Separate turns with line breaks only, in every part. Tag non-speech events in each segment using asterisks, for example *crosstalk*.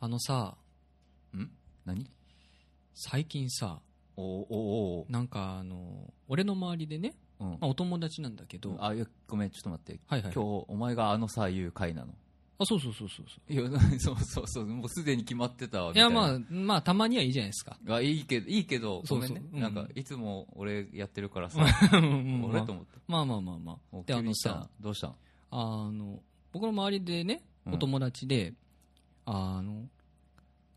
あのさ、
ん何
最近さ、
おおお
なんかあの、俺の周りでね、
おうん
まあ、お友達なんだけど、
あいやごめんちょっと待って、
はいはい
今日お前があのさ言う回なの
あ、そうそうそうそうそ
いや *laughs* そうそうそうもうすでに決まってたわ
う。いや、ま
あ
あ、まあ、たまにはいいじゃないです
*laughs*
か。
あいいけどいいけど
そう
ごめんね
そううん
なんかいつも俺やってるからさ
うん
*laughs* 俺と思って
まあまあまあまあ
お。
で、
急
あ
に
の
来たな
さ、
どうしたん
あの、僕の周りでね、
うん
お友達で、あの、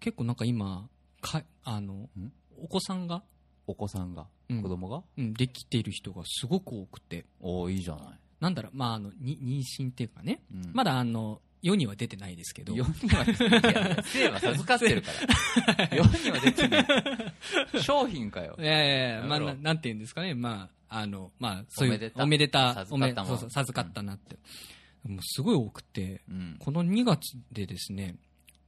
結構なんか今、かあの
ん、
お子さんが、
お子さんが、
うん
子供が
うん、できている人がすごく多くて、
おおいいじゃな
なんだろう、まあ、あの、に妊娠っていうかね、
い、うん
まだあの、世には出てないですけど、
世には出てない生は授かってるから世には出てない商品か *laughs* よ
いやいやいや、
なる
まあ、
ほど
ななんて言うんですかね、まあ、あの、まあ、そういう、
おめでた
おめでた、
授かったもん
おめそうそう授かったなって。もうすごい多くて、
うん
この2月でですね、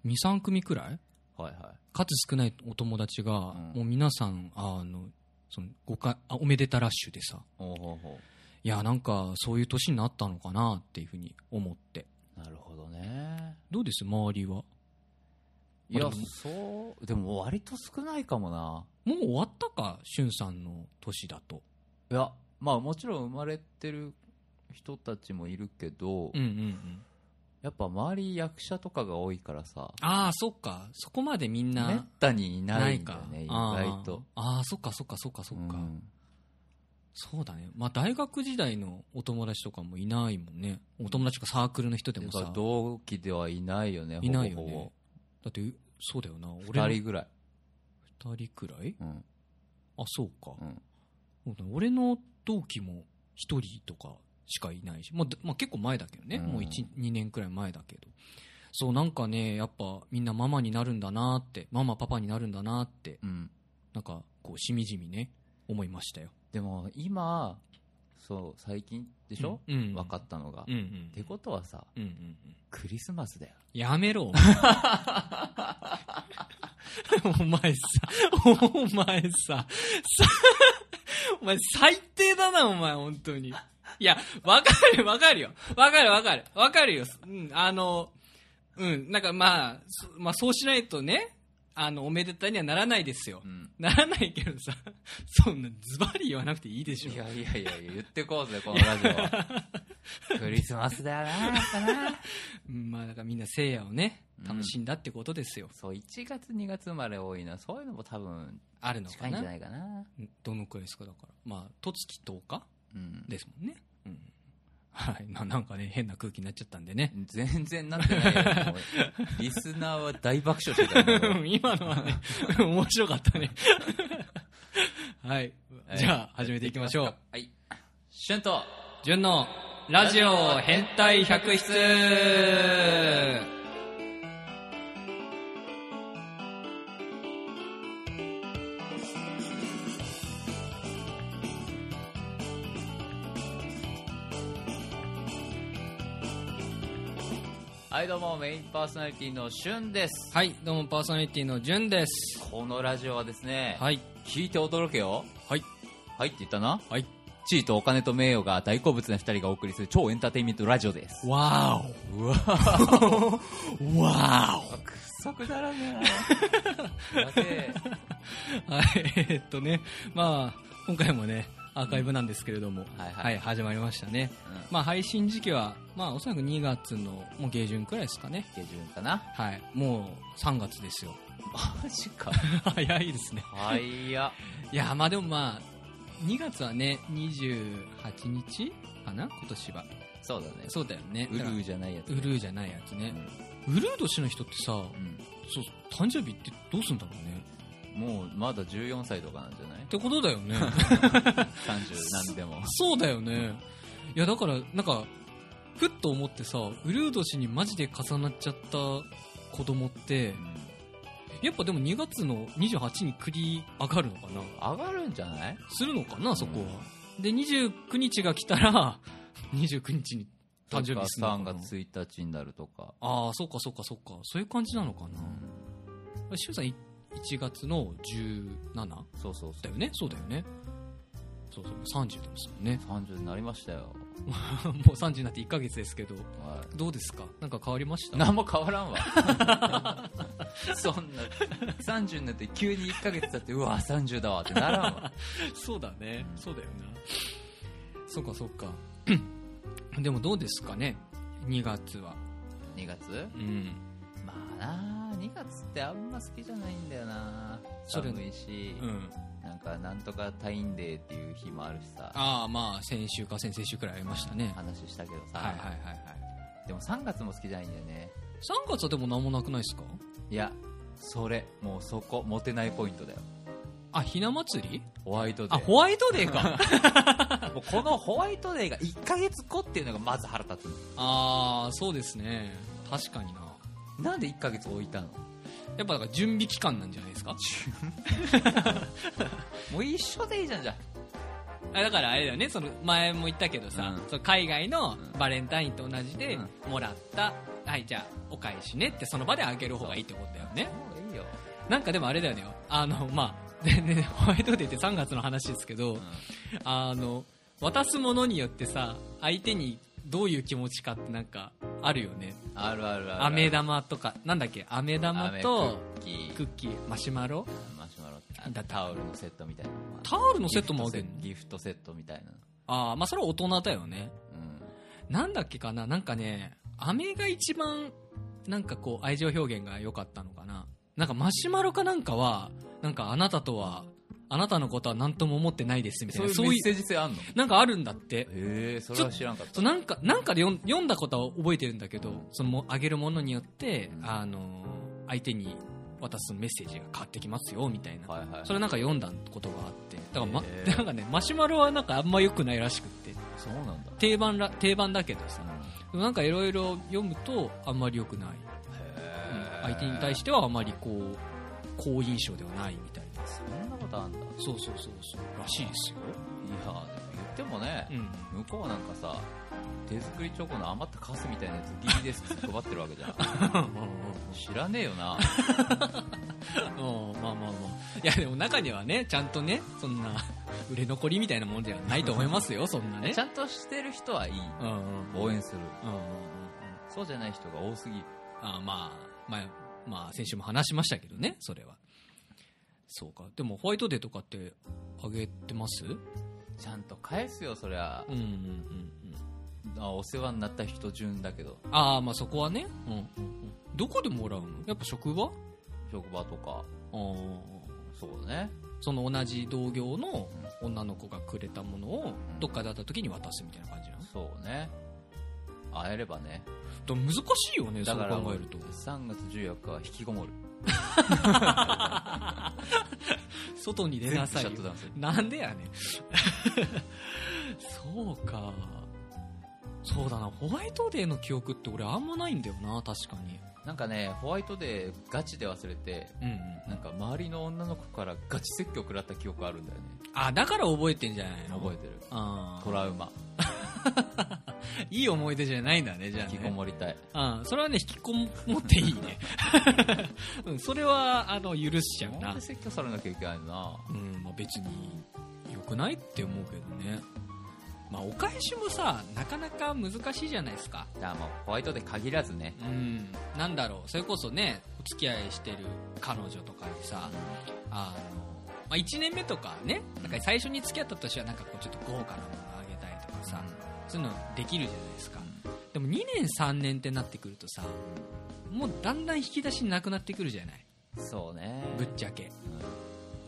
2、3組くらい
はいは
数少ないお友達が、
ん
もう皆さん、あの、その、ごかあ、おめでたラッシュでさ、
いおおお
いや、なんか、そういう年になったのかなっていうふうに思って。
なるほどね
どうです周りは。
いや
まあでも
そうでも割と少ないかもな
もう終わったか、しゅんさんの年だと。
いやまあもちろん生まれてる人たちもいるけど、
うんうんうん。
やっぱ周り役者とかが多いからさ
ああ、そっか。そこまでみんな。
めったにいないんだよね意
あー
外と
ああそっかそっかそっかそっか、
うん
そうだねまあ大学時代のお友達とかもいないもんねお友達とかサークルの人でも
てか
さ
同期ではいないよね
いないよ
ほぼ
ねだってそうだよな
ほぼ
俺の
2人ぐらい、
二人くらい
うん
あそうか、
うん
そうだね俺の同期も一人とかしかいないし、まあだまあ、結構前だけどね、
うん
もう12年くらい前だけどそうなんかねやっぱみんなママになるんだなってママパパになるんだなって
うん、
なんかこうしみじみね思いましたよ
でも今そう最近でしょ、
うんうん
分かったのが、
うんう
っ
ん
てことはさ
うんうんうん
クリスマスだよ
やめろ、お前 *laughs* お前さ、お前さ、さ、お前最低だな、お前、本当に。いや、わかる、わかるよ。わかる、わかる。わかるよ。うん、あの、うん、なんかまあ、そまあそうしないとね、あの、おめでたいにはならないですよ。
ん
ならないけどさ、そんなズバリ言わなくていいでしょ
い。やいやいやいや言ってこうぜこのラジオは
*laughs*
クリスマスだよなやっぱな
うんまあだからみんな聖夜をね、楽しんだってことですよ。
*laughs* そう1月2月生まれ多いなそういうのも多分
あるの
近
か
いんじ
な
ゃないかな
どのくらいですかだからまあ十月10日
うん
ですもんね、うん、はいななんかね変な空気になっちゃったんでね
全然なってないよもうリスナーは大爆笑してたよ
*laughs*
もう
今のはね面白かったね *laughs* はい、
はい
じゃあ始めていきましょう
はいシュンと
純のラジオ変態百室
はいどうもメインパーソナリティのシュンです
はいどうもパーソナリティの純です
このラジオはですね、
はい
聞いて驚けよ
はい
はいって言ったな
はい
地位とお金と名誉が大好物な二人がお送りする超エンターテインメントラジオで
*laughs*
す
わ
うわ
おわ
くそくだらねえなやべえ
おはいえっとねまあ今回もねアーカイブなんですけれども、
*laughs* はいはい
はい、始まりましたねまあ、配信時期は、まあ、おそらく2月のもう下旬くらいですかね。
うん、下旬かな
はい。もう3月ですよ。
マジか
早いですね。
はいや
いや、まあでもまあ、2月はね、28日かな今年は。
そうだね
そうだよね。
ウルー
ー。
じゃないやつ、
ウル
ー
ーじゃないやつね。ウルー年の人ってさ、そう、誕生日ってどうすんだろうね。
もうまだ14歳とかなんじゃない
ってことだよね。
30なんで *laughs* も
そうだよね。いや、だから、なんか、ふっと思ってさ、ウルー年にマジで重なっちゃった子供って
う、ん
やっぱでも2月の28に繰り上がるのかな
上がるんじゃない
するのかなそこは、で29日が来たら29日に誕生日するの
3
かな
月1日になるとか
ああそうかそうかそうかそういう感じなのかなしゅうさんい1月の17だ
そうそうそ
よねそうだよねそうそう30ですもんね *laughs*
う30になりましたよ、
もう30になって1ヶ月ですけど
は
どうですかなんか変わりまし
い、
た
*laughs* 何も変わらんわそんな30になって急に1ヶ月経ってうわ30だわってならんわ
そうだねそうだよなそうかそうか *clears throat* でもどうですかね2月は
2月
うん
まあなあ2月ってあんま好きじゃないんだよな
それ
寒いし、
うん
なんかなんとか退院デーっていう日もあるしさ
ああまあ先週か先々週くらいありましたね
話したけどさ、
はいはいはいはい
でも3月も好きじゃないんだよね
3月はでも何もなくないですか
いやそれもうそこモテないポイントだよ
あひな祭り
ホワイトデ
あ
ー
ホワイトデーか
もうこのホワイトデーが1ヶ月後っていうのがまず腹立
*laughs* ああそうですね確かにな
つなんで1ヶ月置いたの
やっぱだから準備期間なんじゃないです *laughs* か
もう一緒でいいじゃんじゃ
あだからあれだよねその前も言ったけどさ、
うん
その海外の
ん
バレンタインと同じで
うん
もらった、はいじゃあお返しねってその場であげる方がいいってことだよね
あもういいよ、
なんかでもあれだよねあのまあでねホワイトデーって3月の話ですけど、
うん
*laughs* あの渡すものによってさ相手にどういう気持ちかってなんかあるよね
あるあるある
飴玉とかなんだっけ飴玉
飴
と
クッキー
クッキーマシュマロ
マシュマロ
だった
あタオルのセットみたいなのもある
タオルのセットもあげるの
ギフトセットみたいなの
ああまあそれは大人だよね
うん
なんだっけかななんかね、飴が一番、なんかこう、愛情表現が良かったのかな。なんかマシュマロかなんかは、なんかあなたとは、あなたのことは何とも思ってないですみたい
そう
な。
いうメッセージ性あんのへ
なんかあるんだって。
えそれは知らんかった
そうなんか、なんかで読ん読んだことは覚えてるんだけど
うん、
そのも、あげるものによって
う、ん
あのー、相手に渡すメッセージが変わってきますよ、みたいな。
はいはい
それなんか読んだことがあって。だから、ま
へ、ー
なんかね、マシュマロはなんかあんま良くないらしくって。
そうなんだ
定番ら、定番だけどさ
う。ん
でもなんかいろいろ読むとあんまり良くない、
へえ
相手に対してはあまりこう好印象ではないみたいな
そんなことあんだいや
そうそうそうそうらしいですよ
ーでも言ってもね
*laughs* う、ん
向こうなんかさ手作りチョコの余ったカスみたいなやつギリですって配ってるわけじゃん
*laughs*
知らねえよ
うん
な
まあまあまあいやでも中にはねちゃんとねそんな *laughs* 売れ残りみたいなもんじゃないと思いますよそんなね
ちゃんとしてる人はいい
うんうんうん
応援する
うんうんうん
そうじゃない人が多すぎる
あまあまあまあ先週も話しましたけどねそれはそうかでもホワイトデーとかってあげてますうん
ちゃんと返すよそりゃ
うんうんうん
あお世話になった人順だけど
ああまあそこはね、うんどこでもらうのやっぱ職場あ
職場とか
ー
そうだね
その同じ同業の女の子がくれたものを
うん
どっかで会った時に渡すみたいな感じなの
そうね会えればね
でも難しいよねそ
だ
う
から
考えると
3月14日は引きこもる
外に出なさいよ
全部シャットダウンする
なんでやねん *laughs* そうかそうだなホワイトデーの記憶って俺あんまないんだよな確かに
なんかねホワイトデーガチで忘れて
うんうん
なんか周りの女の子からガチ説教食らった記憶あるんだよね
あだから覚えてんじゃないの
覚えてる
あ
トラウマ
ーいい思い出じゃないんだねじゃあ、
引
ね、
きこもりたい
うん、それはね、引きこもっていいね。 *laughs* うん、それは、あの、許しちゃう
なん
な
で。説教されなきゃいけないのな
うん、まあ別に、良くないって思うけどね。まあお返しもさ、なかなか難しいじゃないですか。
だからもうホワイトデー限らずね
うん、なんだろう、それこそね、お付き合いしてる彼女とかにさ、あの、まあ1年目とかね、なんか最初に付き合った年はなんかこうちょっと豪華なものあげたりとかさ、そういうのできるじゃないですか。でも2年3年ってなってくるとさ、もうだんだん引き出しなくなってくるじゃない。
そうね
ぶっちゃけ。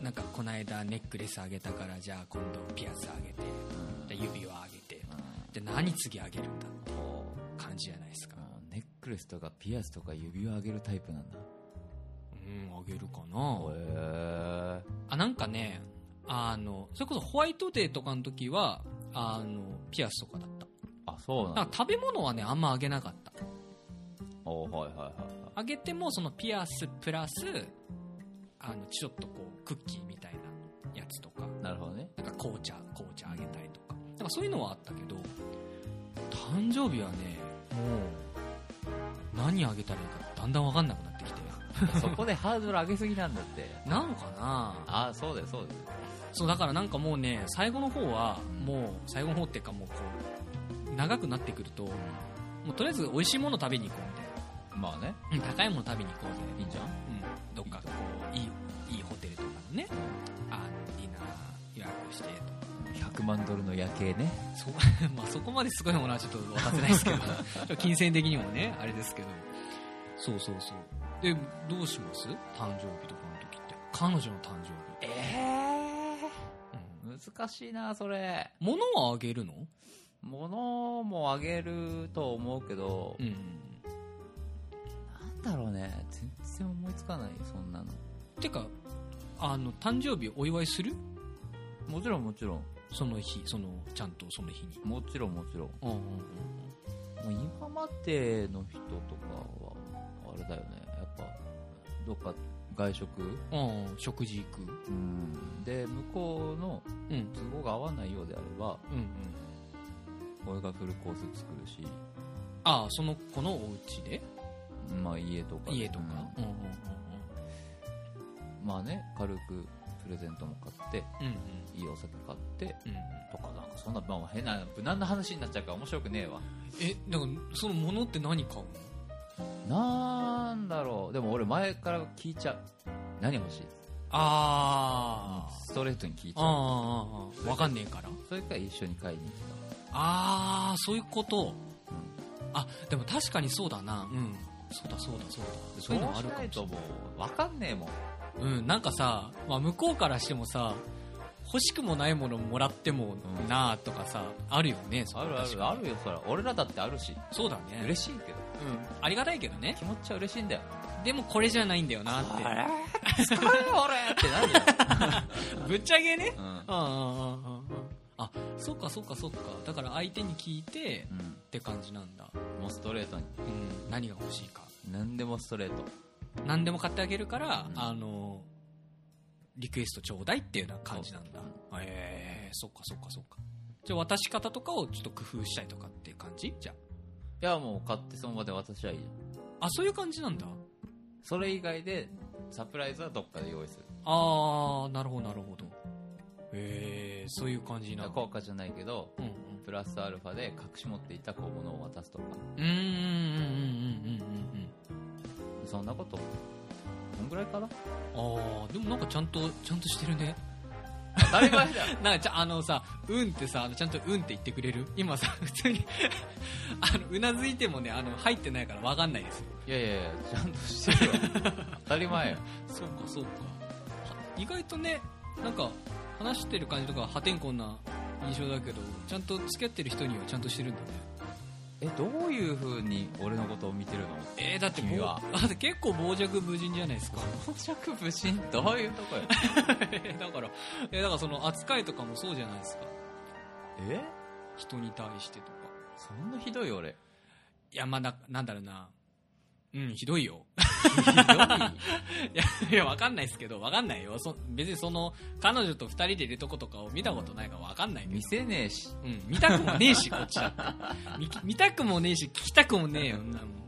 うん
なんかこの間ネックレスあげたから、じゃあ今度ピアスあげて、
うん
じゃあ指輪あげて、
う
じゃあ何次あげるんだって
んこう
感じじゃないですか。
あーネックレスとかピアスとか指輪あげるタイプなんだ
うん、あげるか
へ
な
え
あ、なんかね、あの、それこそホワイトデーとかの時は、あの、ピアスとかだった。
あそうな
なんん
だ
か食べ物はね、あんまあげなかった。
おはいはいはいはい
あげてもそのピアスプラスあのちょっとこうクッキーみたいなやつとか
なるほどね
なんか紅茶紅茶あげたりとかなんかそういうのはあったけど誕生日はねもう何あげたらいいかだんだん分かんなくなってきて
そこでハードル上げすぎなんだって
なのかな
あそうだよそうだよ
そうだからなんかもうね最後の方はもう最後の方っていうかもうこう長くなってくるともうとりあえず美味しいもの食べに行こうみたいな
まあね
うん高いもの食べに行こうぜ、
いいんじゃん
うん、どっかこういいいいホテルとかのねあいいな予約してと
100万ドルの夜景ね
そまあそこま *laughs* ですごいものはちょっと渡せないですけどちょっ *laughs* と金銭的にもねあれですけどそうそうそうでどうします誕生日とかの時って彼女の誕生
え
日、うん、
ー、難しいなそれ
物はあげるの
物もあげると思うけど、
ん
なんだろうね全然思いつかないよそんなの
てかあの誕生日お祝いする
もちろんもちろん
その日そのちゃんとその日に
もちろんもちろんも
うんうん
う今までの人とかはあれだよねやっぱどっか外食
うんうん食事行く
うんで向こうの
うん
都合が合わないようであれば
うんうん
俺がフルコース作るし
ああその子のお家で
まあ家とか
家とか
うん
うんうん
まあね軽くプレゼントも買って
うんうん
いいお酒買って
うんうん
とかなんかそんな、まあ、変な無難な話になっちゃうから面白くねえわ
えなんかその物って何買うの
なんだろうでも俺前から聞いちゃう何欲しい
あ
ストレートに聞いち
あ
ゃう
ああわかんねえから
それから一緒に買いに行く
ああそういうこと
とうん
あでも確かにそうだなうんそうだそうだそうだ
そ
そういうの
う
あ
し
るか
ない
もしれ
と
ない
もう分かんねえもん
うん、なんかさ、まあ、向こうからしてもさ欲しくもないものもらっても
うん
なあとかさ、あるよねそ
あ
れ
るあ
確
る
か
あ
に
るよそら俺らだってあるし
そうだね
嬉しいけど
うん、ありがたいけどね
気持ちは嬉しい
*laughs*
んだよ
でもこれじゃないんだよな
あ
っ
れ疲れよ俺ってなるよ、
*laughs* てぶっちゃけね
うん
うんうんうんうんうんあそうかそうかそうかだから相手に聞いてって感じなんだ、
うん、もうストレートに
うん、何が欲しいか
何でもストレート
何でも買ってあげるから、
うん
あのリクエストちょうだいっていうような感じなんだへえそっかそっかそっかじゃあ渡し方とかをちょっと工夫したりとかっていう感じじゃ
いやもう買ってその場で渡しゃいいじゃん
ああそういう感じなんだ
それ以外でサプライズはどっかで用意する
ああなるほどなるほどへえそういう感じなんだ
効果じゃないけど
うんうん
プラスアルファで隠し持っていた小物を渡すとか
うーんうんうんうんうん
そんなことこんぐらいか *laughs* な
うんうんああでもなんかちゃんとちゃんとしてるね
当たり前だよ
なんかちゃあのさ「うん」ってさあのちゃんと「うん」って言ってくれる今さ普通に *laughs* あのうなずいてもねあの入ってないから分かんないですよ
いやいやいやちゃんとしてる *laughs* わ当たり前よ
そうかそうかは意外とねなんか話してる感じとかは破天荒な印象だけどちゃんと付き合ってる人にはちゃんとしてるんだね
えどういう風に俺のことを見てるの
えー、だって
君
もう
は
だって結構傍若無人じゃないですか
傍若無人どういうとこよ
*laughs* えだからえだからその扱いとかもそうじゃないですか
え
人に対してとか
そんなひどい俺
いやまあななんだろうなうんひどいよ
ひどい
いや *laughs* いやわかんないですけどわかんないよそ別にその彼女と二人でいるとことかを見たことないからわかんないけど
見せねえし
うん、見たくもねえし、こっちだって見。見たくもねえし、聞きたくもねえよ、んなもん。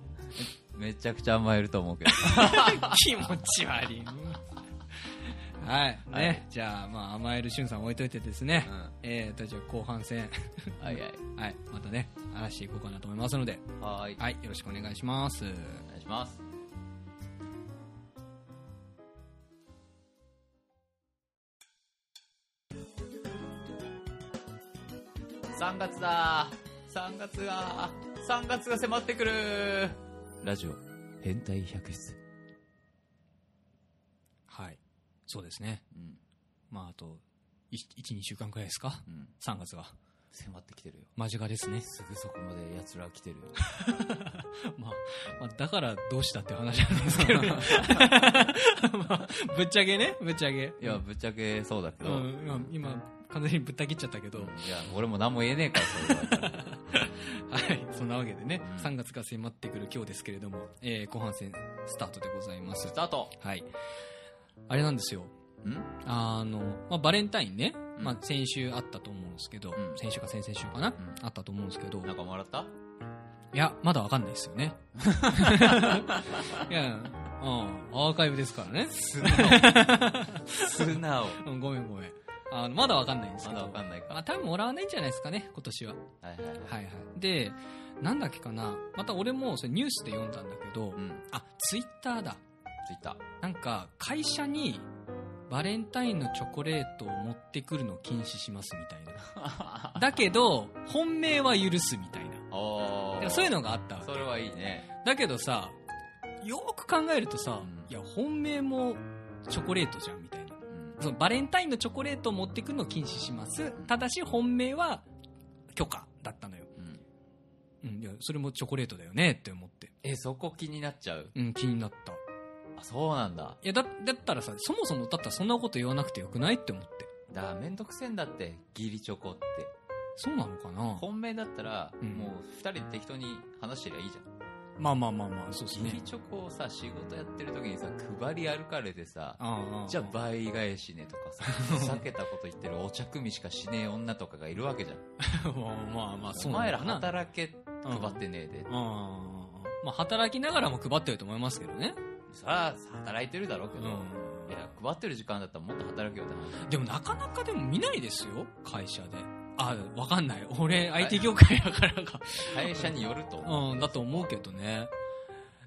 めちゃくちゃ甘えると思うけど
気持ち悪い。はい、ね、
はい
じゃあ、まあ、甘えるしゅんさん置いといてですね、
うん
えーと、じゃあ後半戦、
はいはい
はい、またね、話していこうかなと思いますので、
はーい
はい、よろしくお願いします。
お願いします3月だ3月が3月が迫ってくるラジオ変態百室
はい、そうですね。
うん
まあ、あと、1、2週間くらいですか
うん
?3 月が。
迫ってきてるよ
間近です
*laughs*
ね。
すぐそこまで奴らは来てるよ
まあ、まあ、だからどうしたって話なんですけど、
*laughs*
*laughs* まあ、ぶっちゃけね、ぶっちゃけ。
いやぶっちゃけそうだけ
う
ど、
ん、まあ今、完全にぶった切っちゃったけど、はい
や俺も何も言えねえからそれは
い、そんなわけでね
うん、
3月が迫ってくる今日ですけれども、えー後半戦スタートでございます
ス。タート
はい。あれなんですよ。
ん
あの、まあ、バレンタインね、
うん
まあ、先週あったと思うんですけど、
うん
先週か先々週かな、
ん
あったと思うんですけど、
なんかもらった
いや、まだわかんないですよ
*laughs*
ね。いや、うん、アーカイブですからね。
素直素直
*laughs* うん、ごめんごめん。あの、まだわかんないんです
ま
けど。
だわかんないか
まあ、多分もらわないんじゃないですかね、今年は。
はいはいはい
はいはい。で、なんだっけかなまた俺もそれニュースで読んだんだけど、
うん
あツイッターだ
ツイッター
なんか会社にバレンタインのチョコレートを持ってくるのを禁止しますみたいな
あ
だけど本命は許すみたいなだから
あ
そういうのがあったわけ
それはいいね
だけどさよーく考えるとさ、
うん
いや本命もチョコレートじゃんみたいな
うん
そのバレンタインのチョコレートを持ってくるのを禁止しますただし本命は許可だったのよ、
うん
うん、いやそれもチョコレートだよねって思って、
えそこ気になっちゃう
うん、気になった
あそうなんだ
いやだだったらさそもそもだったらそんなこと言わなくてよくないって思って
だからめんどくせえんだって義理チョコって
そうなのかな
本命だったら
うん
もう2人で適当に話してりゃいいじゃん
まあまあまあまあそうです
義理
ね
チョコをさ仕事やってる時にさ配り歩かれてさ
ああ
じゃあ
あ
倍返しねとかさふ *laughs* ざけたこと言ってるお茶組みしかしねえ女とかがいるわけじゃん
あ *laughs* まあまあまあそう
お
な
前
の
ら
かな
働け配ってねえで、
ああまあ働きながらも配ってると思いますけどね
さあ働いてるだろうけ
う
ど、いや配ってる時間だったらもっと働けよって話
んでもなかなかでも見ないですよ会社であわかんない俺 IT 業界だからか *laughs*
会社によると思う
うん、だと思うけどね。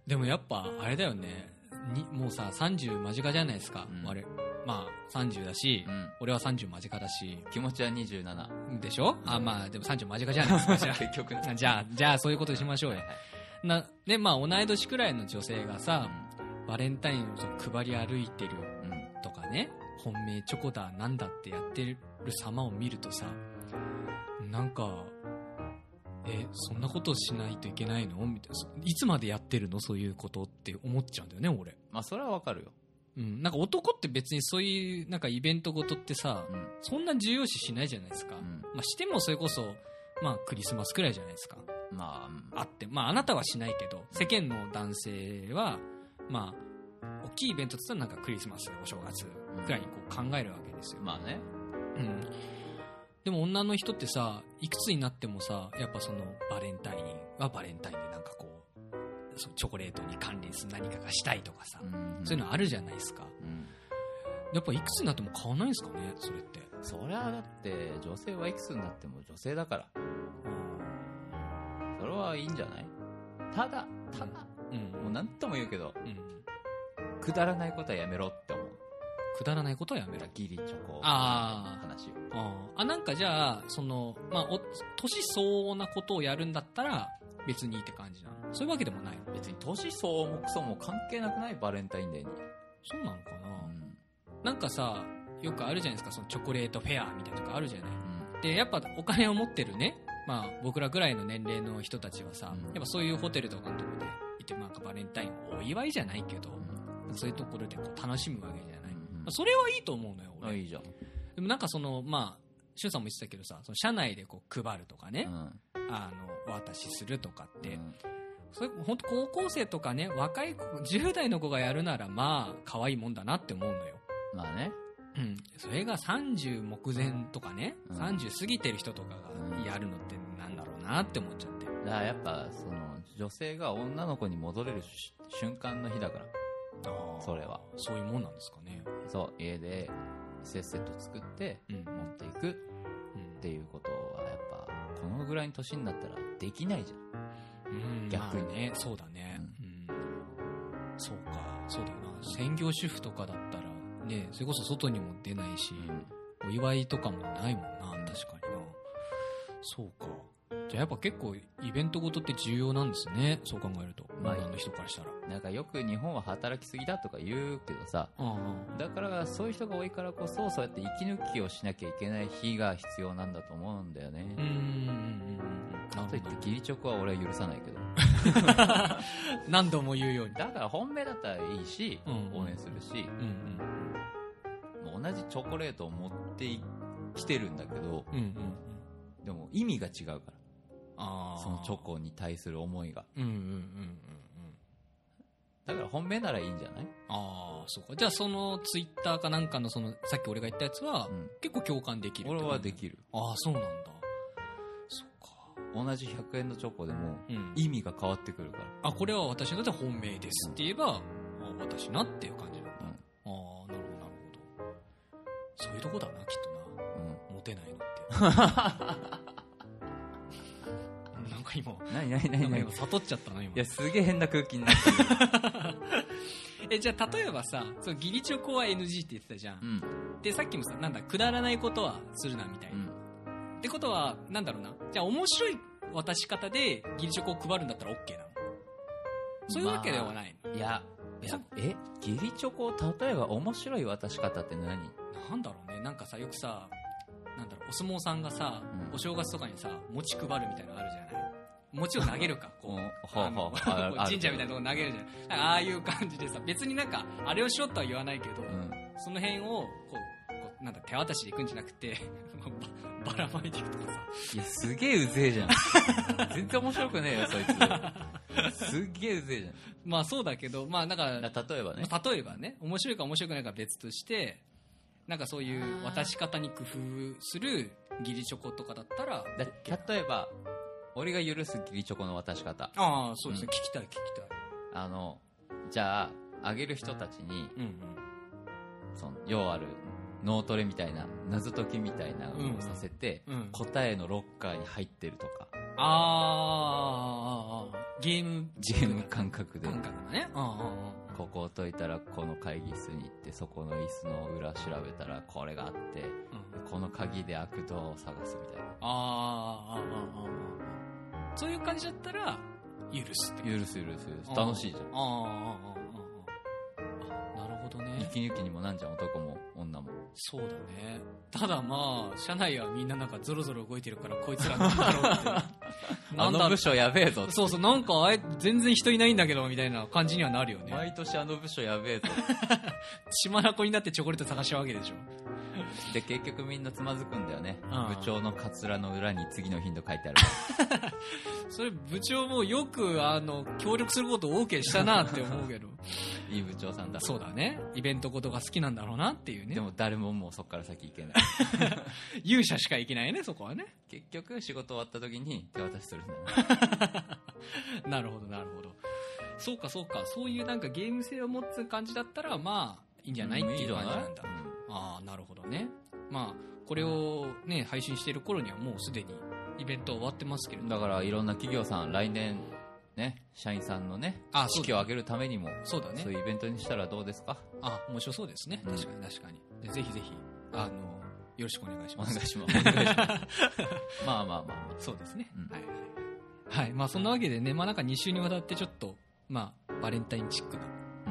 でもやっぱ、あれだよね。に、もうさ、30間近じゃないですか。
うん
あれ。まあ、30だし、
うん
俺は30間近だし、
気持ちは27
でしょ、あ、まあ、でも30間近じゃないです
*laughs*
か。じゃ
結局ね
あ、じゃあ、じゃあそういうことしましょう
は
よ
い。はい
な、で、まあ、同い年くらいの女性がさ、バレンタインを配り歩いてる
うんうん
とかね、本命チョコだなんだってやってる様を見るとさ、なんか、え、そんなことしないといけないのみたいな。そいつまでやってるのそういうことって思っちゃうんだよね、俺。
まあそれはわかるよ、
うん。なんか男って別にそういう、なんかイベントごとってさ
う、ん
そんな重要視しないじゃないですか。
うん
まあしてもそれこそ、まあクリスマスくらいじゃないですか。
まあうん
あって、まああなたはしないけど、世間の男性は、まあ、大きいイベントって言ったらなんかクリスマス、お正月くらいにこう考えるわけですよ。
まあね
うん、でも女の人ってさいくつになってもさやっぱそのバレンタインはバレンタインでなんかこうそのチョコレートに関連する何かがしたいとかさ、
ん
そういうのあるじゃないですか
うん
やっぱいくつになっても買わないんですかねそれって
そりゃだって女性はいくつになっても女性だからそれはいいんじゃないただただ
うん
もう何とも言うけど
うん
くだらないことはやめろって思う
くだらないことはやめ
だか
ろ
らギリチョコ
あー
話
あーあなんかじゃあその、まあ、お年相応なことをやるんだったら別にいいって感じなのそういうわけでもないの
別に年相応もクソも関係なくないバレンタインデーに、
そうなのかな、
うん
なんかさよくあるじゃないですかそのチョコレートフェアみたいなとかあるじゃないでやっぱお金を持ってるね、まあ、僕らぐらいの年齢の人たちはさ、
うん
やっぱそういうホテルとかのところで行ってなんかバレンタインお祝いじゃないけど、そういうところでこう楽しむわけじゃない、ま
うん
あ、それはいいと思うのよ
あ
俺
いいじゃん、
でもなんかそのまあしゅんさんも言ってたけどさその社内でこう配るとかね、
うん
あのお渡しするとかって、
うん
それ本当高校生とかね若い子10代の子がやるならまあ可愛いもんだなって思うのよ
まあね
うん、それが30目前とかね、
うん
30過ぎてる人とかがやるのってなんだろうなって思っちゃって
だからやっぱその女性が女の子に戻れるし瞬間の日だからそれは
そういうもんなんですかね
そう家でせっせと作って
うん、う
持っていくって
ん
いうことはやっぱこのぐらいの年になったらできないじゃん
うん、
逆に
まあねそうだね、うんそうかそうだよな専業主婦とかだったらねそれこそ外にも出ないし、お祝いとかもないもんな確かになそうかじゃあやっぱ結構イベントごとって重要なんですねそう考えると
まあ
女の人からしたら
なんかよく日本は働きすぎだとか言うけどさ
あ
だからそういう人が多いからこそそうやって息抜きをしなきゃいけない日が必要なんだと思うんだよね
あうんうんうんうんなる
か
ほ
とい
ど
って義理チョコは俺は許さないけど
何度も言うように。
だから本命だったらいいし、
うん
応援するし
うん
もう同じチョコレートを持ってきてるんだけ
う
ど
ん。うんうんうん。
でも意味が違うか
ああ。
らそのチョ。コに対する思いが
うんうんうんうんうん。
だから本命ならいいんじゃない、
ああ、そうか。じゃあそのツイッターかなんかのその、さっき俺が言ったやつは、
うん
結構共感できる。
俺はでき
る。
る
ああ、そうなんだ。そっか。
同じ100円のチョコでも
うん。
意味が変わってくるから
あ、これは私ので本命ですって言えば、あ私なっていう感じなんだ。
う
ああ、
ん
なるほどなるほど。そういうとこだな、きっ
*laughs*
とな。モテないのって。なんかか今
何何何
なんか
何い
今悟っちゃったの今
やすげえ変な空気にな
*laughs*
ってる
えじゃあ例えばさそう義理チョコは NG って言ってたじゃん、
うん
でさっきもさなんだくだらないことはするなみたいな、ってことはなんだろうなじゃあ面白い渡し方で義理チョコを配るんだったら OK なのそういうわけではない
うんいやいやえ義理チョコ例えば面白い渡し方って何
の、なんだろうねなんかさよくさなんだろうお相撲さんがさ、
うん
お正月とかにさ餅配るみたいなのあるじゃない餅を投げるかこう
うん
あ
ほうほう
*laughs* の
あるある
神社みたいなとこ投げるじゃんなんかああいう感じでさ別になんかあれをしようとは言わないけど、
うん
その辺をこうこうなんだ手渡しでいくんじゃなくて *laughs* ばばらまいていくとかさ
いやすげえうぜ
*laughs*
えじゃん全然面白くねえよそいつすっげえうぜえじゃん
まあそうだけどまあなんか
だから例えばね
まあ例えばね面白いか面白くないかは別としてなんかそういう渡し方に工夫する義理チョコとかだったら
だ例えば俺が許す義理チョコの渡し方
ああそうですね、
う
聞きたい聞きたい
あのじゃああげる人たちに
うん
その要ある脳トレみたいな謎解きみたいなのをさせて、
うんうん
答えのロッカーに入ってるとか
あーあーあーあーゲーム
ゲーム感覚で
感覚だねああ
ここを解いたらこの会議室に行ってそこの椅子の裏調べたらこれがあって
あーあーうん
この鍵で開くドアを探すみたいな
あーあーあーあーあーそういう感じだったら許すって
許す許す許す楽しいじゃん
あああああああなるほどね
息抜きにもなんじゃん男も女も
そうだねただまあ社内はみんななんかゾロゾロ動いてるからこいつらなんだろうっ
*laughs*
てな
あ
んだ
の
ろ
部署やべえぞ
うそうそうなんかあれ全然人いないんだけどみたいな感じにはなるよね
毎年あの部署やべえぞ
血まなこになってチョコレート探しちゃうわけでしょ
で結局みんなつまずくんだよね
うん
部長のカツラの裏に次の頻度書いてある
それ部長もよくあの協力することを OK したなって思うけど
いい部長さん
*laughs*
だ
そうだねイベントことが好きなんだろうなっていうね
でも誰ももうそっから先行けない
勇者しかいけないねそこはね *laughs*
結局仕事終わった時に手渡しするんだよね
なるほど、なるほど。そうか、そうか。そういうなんかゲーム性を持つ感じだったら、まあ、いいんじゃないっていう感じなんだ。ああ、なるほどね。まあ、これをね、配信してる頃にはもうすでにイベント終わってますけれ
うん
ど。
だからいろんな企業さん来年ね社員さんのね
あそうだ
士気を上げるためにも
そうだね
そう。いうイベントにしたらどうですか
あ、面白そうですね。
うん
確かに、確かに。でぜひぜひ、あの、よろしくお願いし
お
ま
願い
す。*laughs*
しますお願いしますまあまあまあま
そうですね。
うん
はいはいはい。はい。まあ、そんなわけでね、まあなんか2週にわたってちょっと、まあ、バレンタインチックな、
あ、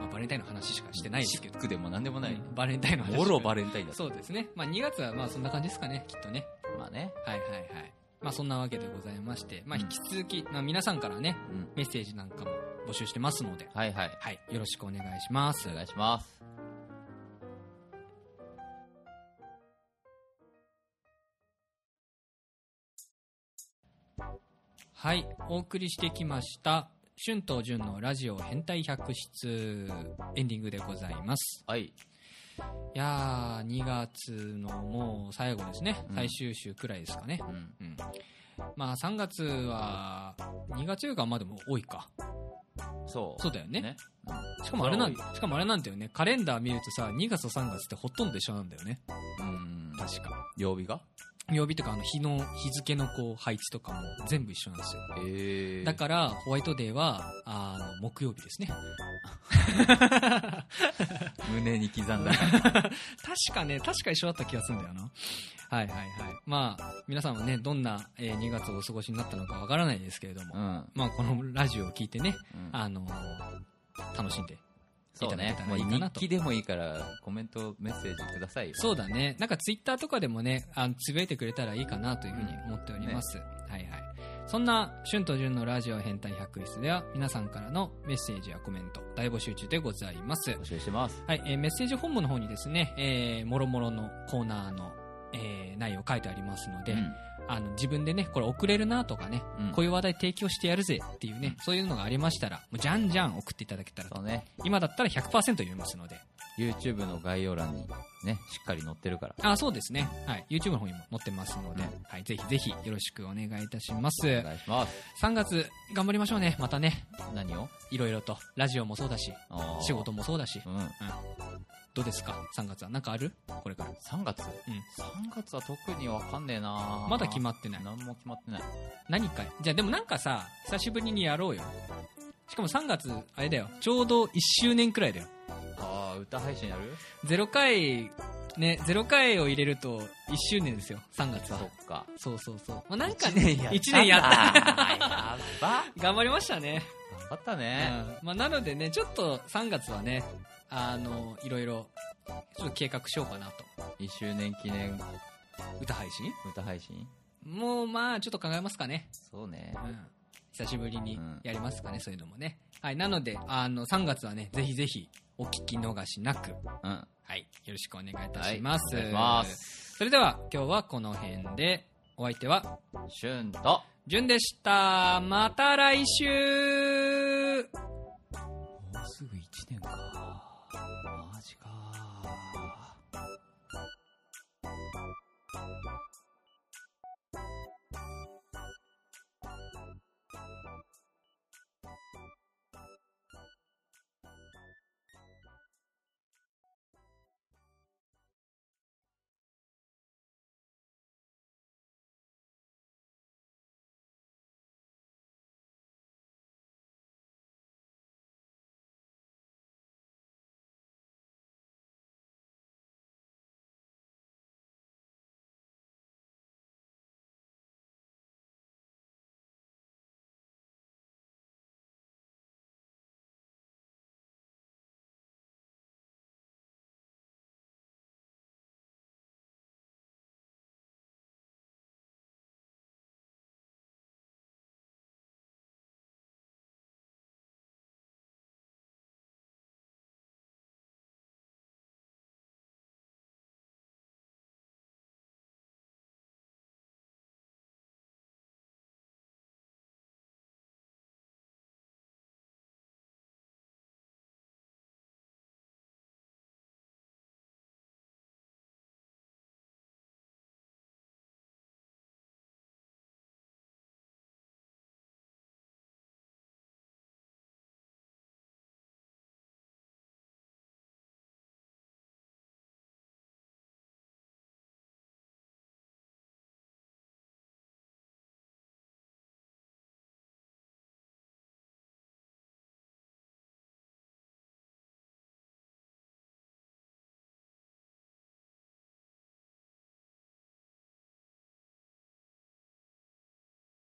まあ、バレンタインの話しか
うん、
してないですけど
チッ、クでも何でもない、
うんバレンタインの話しか。
もろバレンタインだ
そうですね。まあ2月はまあそんな感じですかね、きっとね。
まあね、
はいはいはい。まあそんなわけでございまして、まあ
うん
引き続き、まあ皆さんからね、
うん、
メッセージなんかも募集してますので、
はいはい
はい、よろしくお願いします
お。願いします
はい、お送りしてきました、春と潤のラジオ変態百室、エンディングでございます。
はい
いやー、2月のもう最後ですね
う。ん
最終週くらいですかね。
うん
うん。まあ3月は、2月よりかはまあでも多いか。
そう
そうだよね。
うん
しかもあれなん、し
そ
かもあれなんだよね。カレンダー見るとさ、2月と3月ってほとんど一緒なんだよね。
うん
確か。
曜日が
曜日とか、あの、日の、日付のこう、配置とかも全部一緒なんですよ。
ええ
だから、ホワイトデーは、あの、木曜日ですね。
胸に刻んだ
*laughs* 確かね、確か一緒だった気がするんだよな。はいはいはい。まあ、皆さんはね、どんな、え2月をお過ごしになったのかわからないですけれども、
うん、
まあ、このラジオを聞いてね、
うん、
あの楽しんで
そう
いた
ね
だけた
も
ら
う
いいかな
日
と
記でもいいからコメントメッセージくださいよ
そうだね。なんかツイッターとかでもね、あの、つぶやいてくれたらいいかなというふうに思っております。はいはい。そんな、春と潤のラジオ変態百室では、皆さんからのメッセージやコメント、大募集中でございます。
募集してます
はい、えーメッセージ本部の方にですね、えー、もろもろのコーナーの、えー内容書いてありますので、
うん
あの、自分でね、これ送れるなとかね、
うん
こういう話題提供してやるぜっていうね、そういうのがありましたら、もうじゃんじゃん送っていただけたらと
そうね
今だったら100%読みますので。
YouTube の概要欄にねしっかり載ってるから
あ、そうですね。はい。YouTube の方にも載ってますので、
うん
はい。ぜひぜひよろしくお願いいたします。
お願いします
3月、頑張りましょうね。またね。
何を
いろいろと。ラジオもそうだし、
あー
仕事もそうだし。
うん
うん。どうですか ?3 月は。なんかあるこれから。
3月
うん
3月は特にわかんねえな
まだ決ま
っ
ってない。
何も決まってない
何かじゃあでもなんかさ、久しぶりにやろうよ。しかも3月、あれだよ。ちょうど1周年くらいだよ。
ああ歌配信やる
0回、ね、0回を入れると1周年ですよ。3月
そ
は。
っか
そうそうそう。まあ、なんかね、
一
1年やった *laughs*
んだやば
頑張りましたね。
頑張った
う
ね、
ん。まあ、なのでね、ちょっと3月はね、あの、いろいろ、ちょっと計画しようかなと。
一1周年記念
歌配信
歌配信
もう、まあ、ちょっと考えますかね。
そうね
うん。久しぶりにやりますかね、そういうのもね。はい。なので、あの、3月はね、ぜひぜひ、お聞き逃しなく、
うんは
はい。よろしくお願いいたします。
お願いします
それでは、今日はこの辺で、お相手は、
シュンと
じゅんでした。また来週
もうすぐ1年かマジか